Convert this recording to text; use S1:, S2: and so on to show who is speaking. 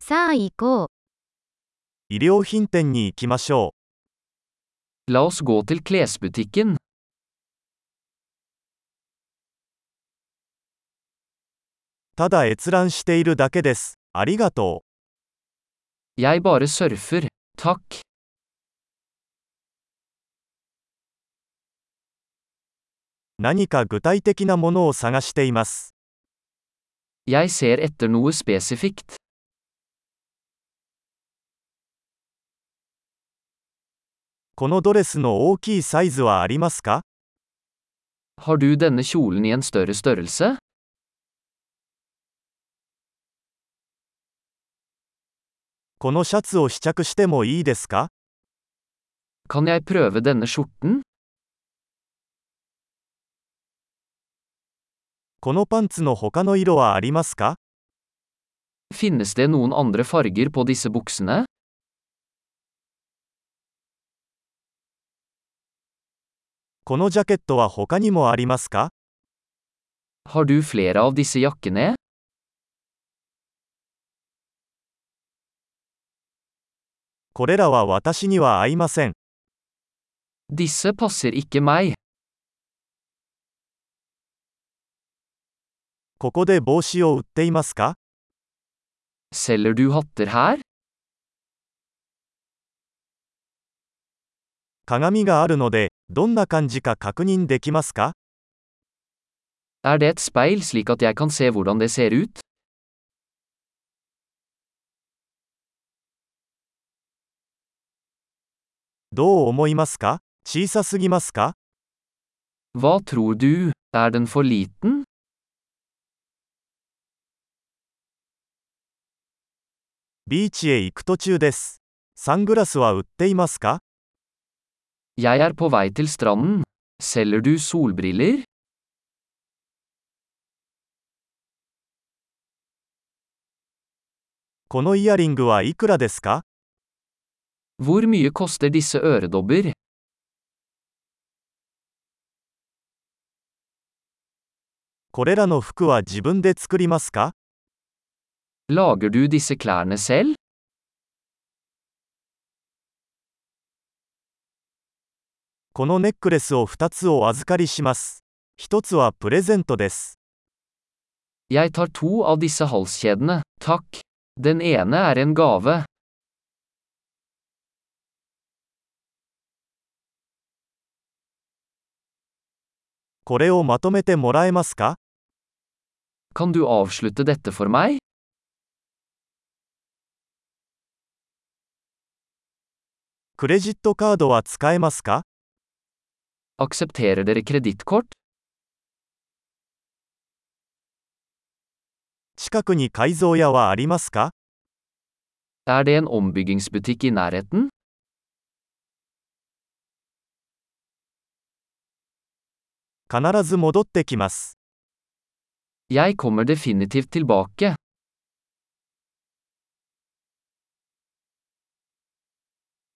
S1: さあ行こう。
S2: 衣料品店に行きましょ
S3: La oss gå til klesbutikken.
S2: う。ただ閲覧しているだけです。ありがと
S3: Jeg bare surfer. Takk.
S2: う。何か具体的なものを探しています。
S3: Jeg ser etter noe spesifikt.
S2: このドレスの大きいサイズはありますか
S3: Har du denne kjolen i en større størrelse?
S2: このシャツを試着してもいいですか
S3: Kan jeg prøve denne skjorten?
S2: このパンツの他の色はありますか
S3: Finnes det noen andre farger på disse buksene?
S2: このジャケットは他にもありますか
S3: Har du flere av disse jakkene?
S2: これらは私には合いません。
S3: Disse passer ikke meg.
S2: ここで帽子を売っていますか
S3: Selger du hatter her?
S2: 鏡があるので、どんな感じか確認できますか
S3: Er det et speil slik at jeg kan se hvordan det ser ut?
S2: どう思いますか小さすぎますか
S3: Hva tror du? Er den for liten?
S2: ビーチへ行く途中です。サングラスは売っていますか
S3: Jeg er på vei til stranden. Selger du solbriller?
S2: このイヤリングはいくらですか
S3: Hvor mye koster disse øredobber?
S2: これらの服は自分で作りますか
S3: Lager du disse klærne selv?
S2: このネックレスを2つお預かりします。1つはプレゼントです。
S3: Jeg tar to av disse halskjedene, takk. Den ene er en gave.
S2: これをまとめてもらえますか
S3: Kan du avslutte dette for meg?
S2: クレジットカードは使えますか
S3: Aksepterer dere kredittkort?
S2: 近くに改造屋はありますか
S3: Er det en ombyggingsbutikk i nærheten?
S2: 必ず戻ってきます。
S3: Jeg kommer definitivt tilbake.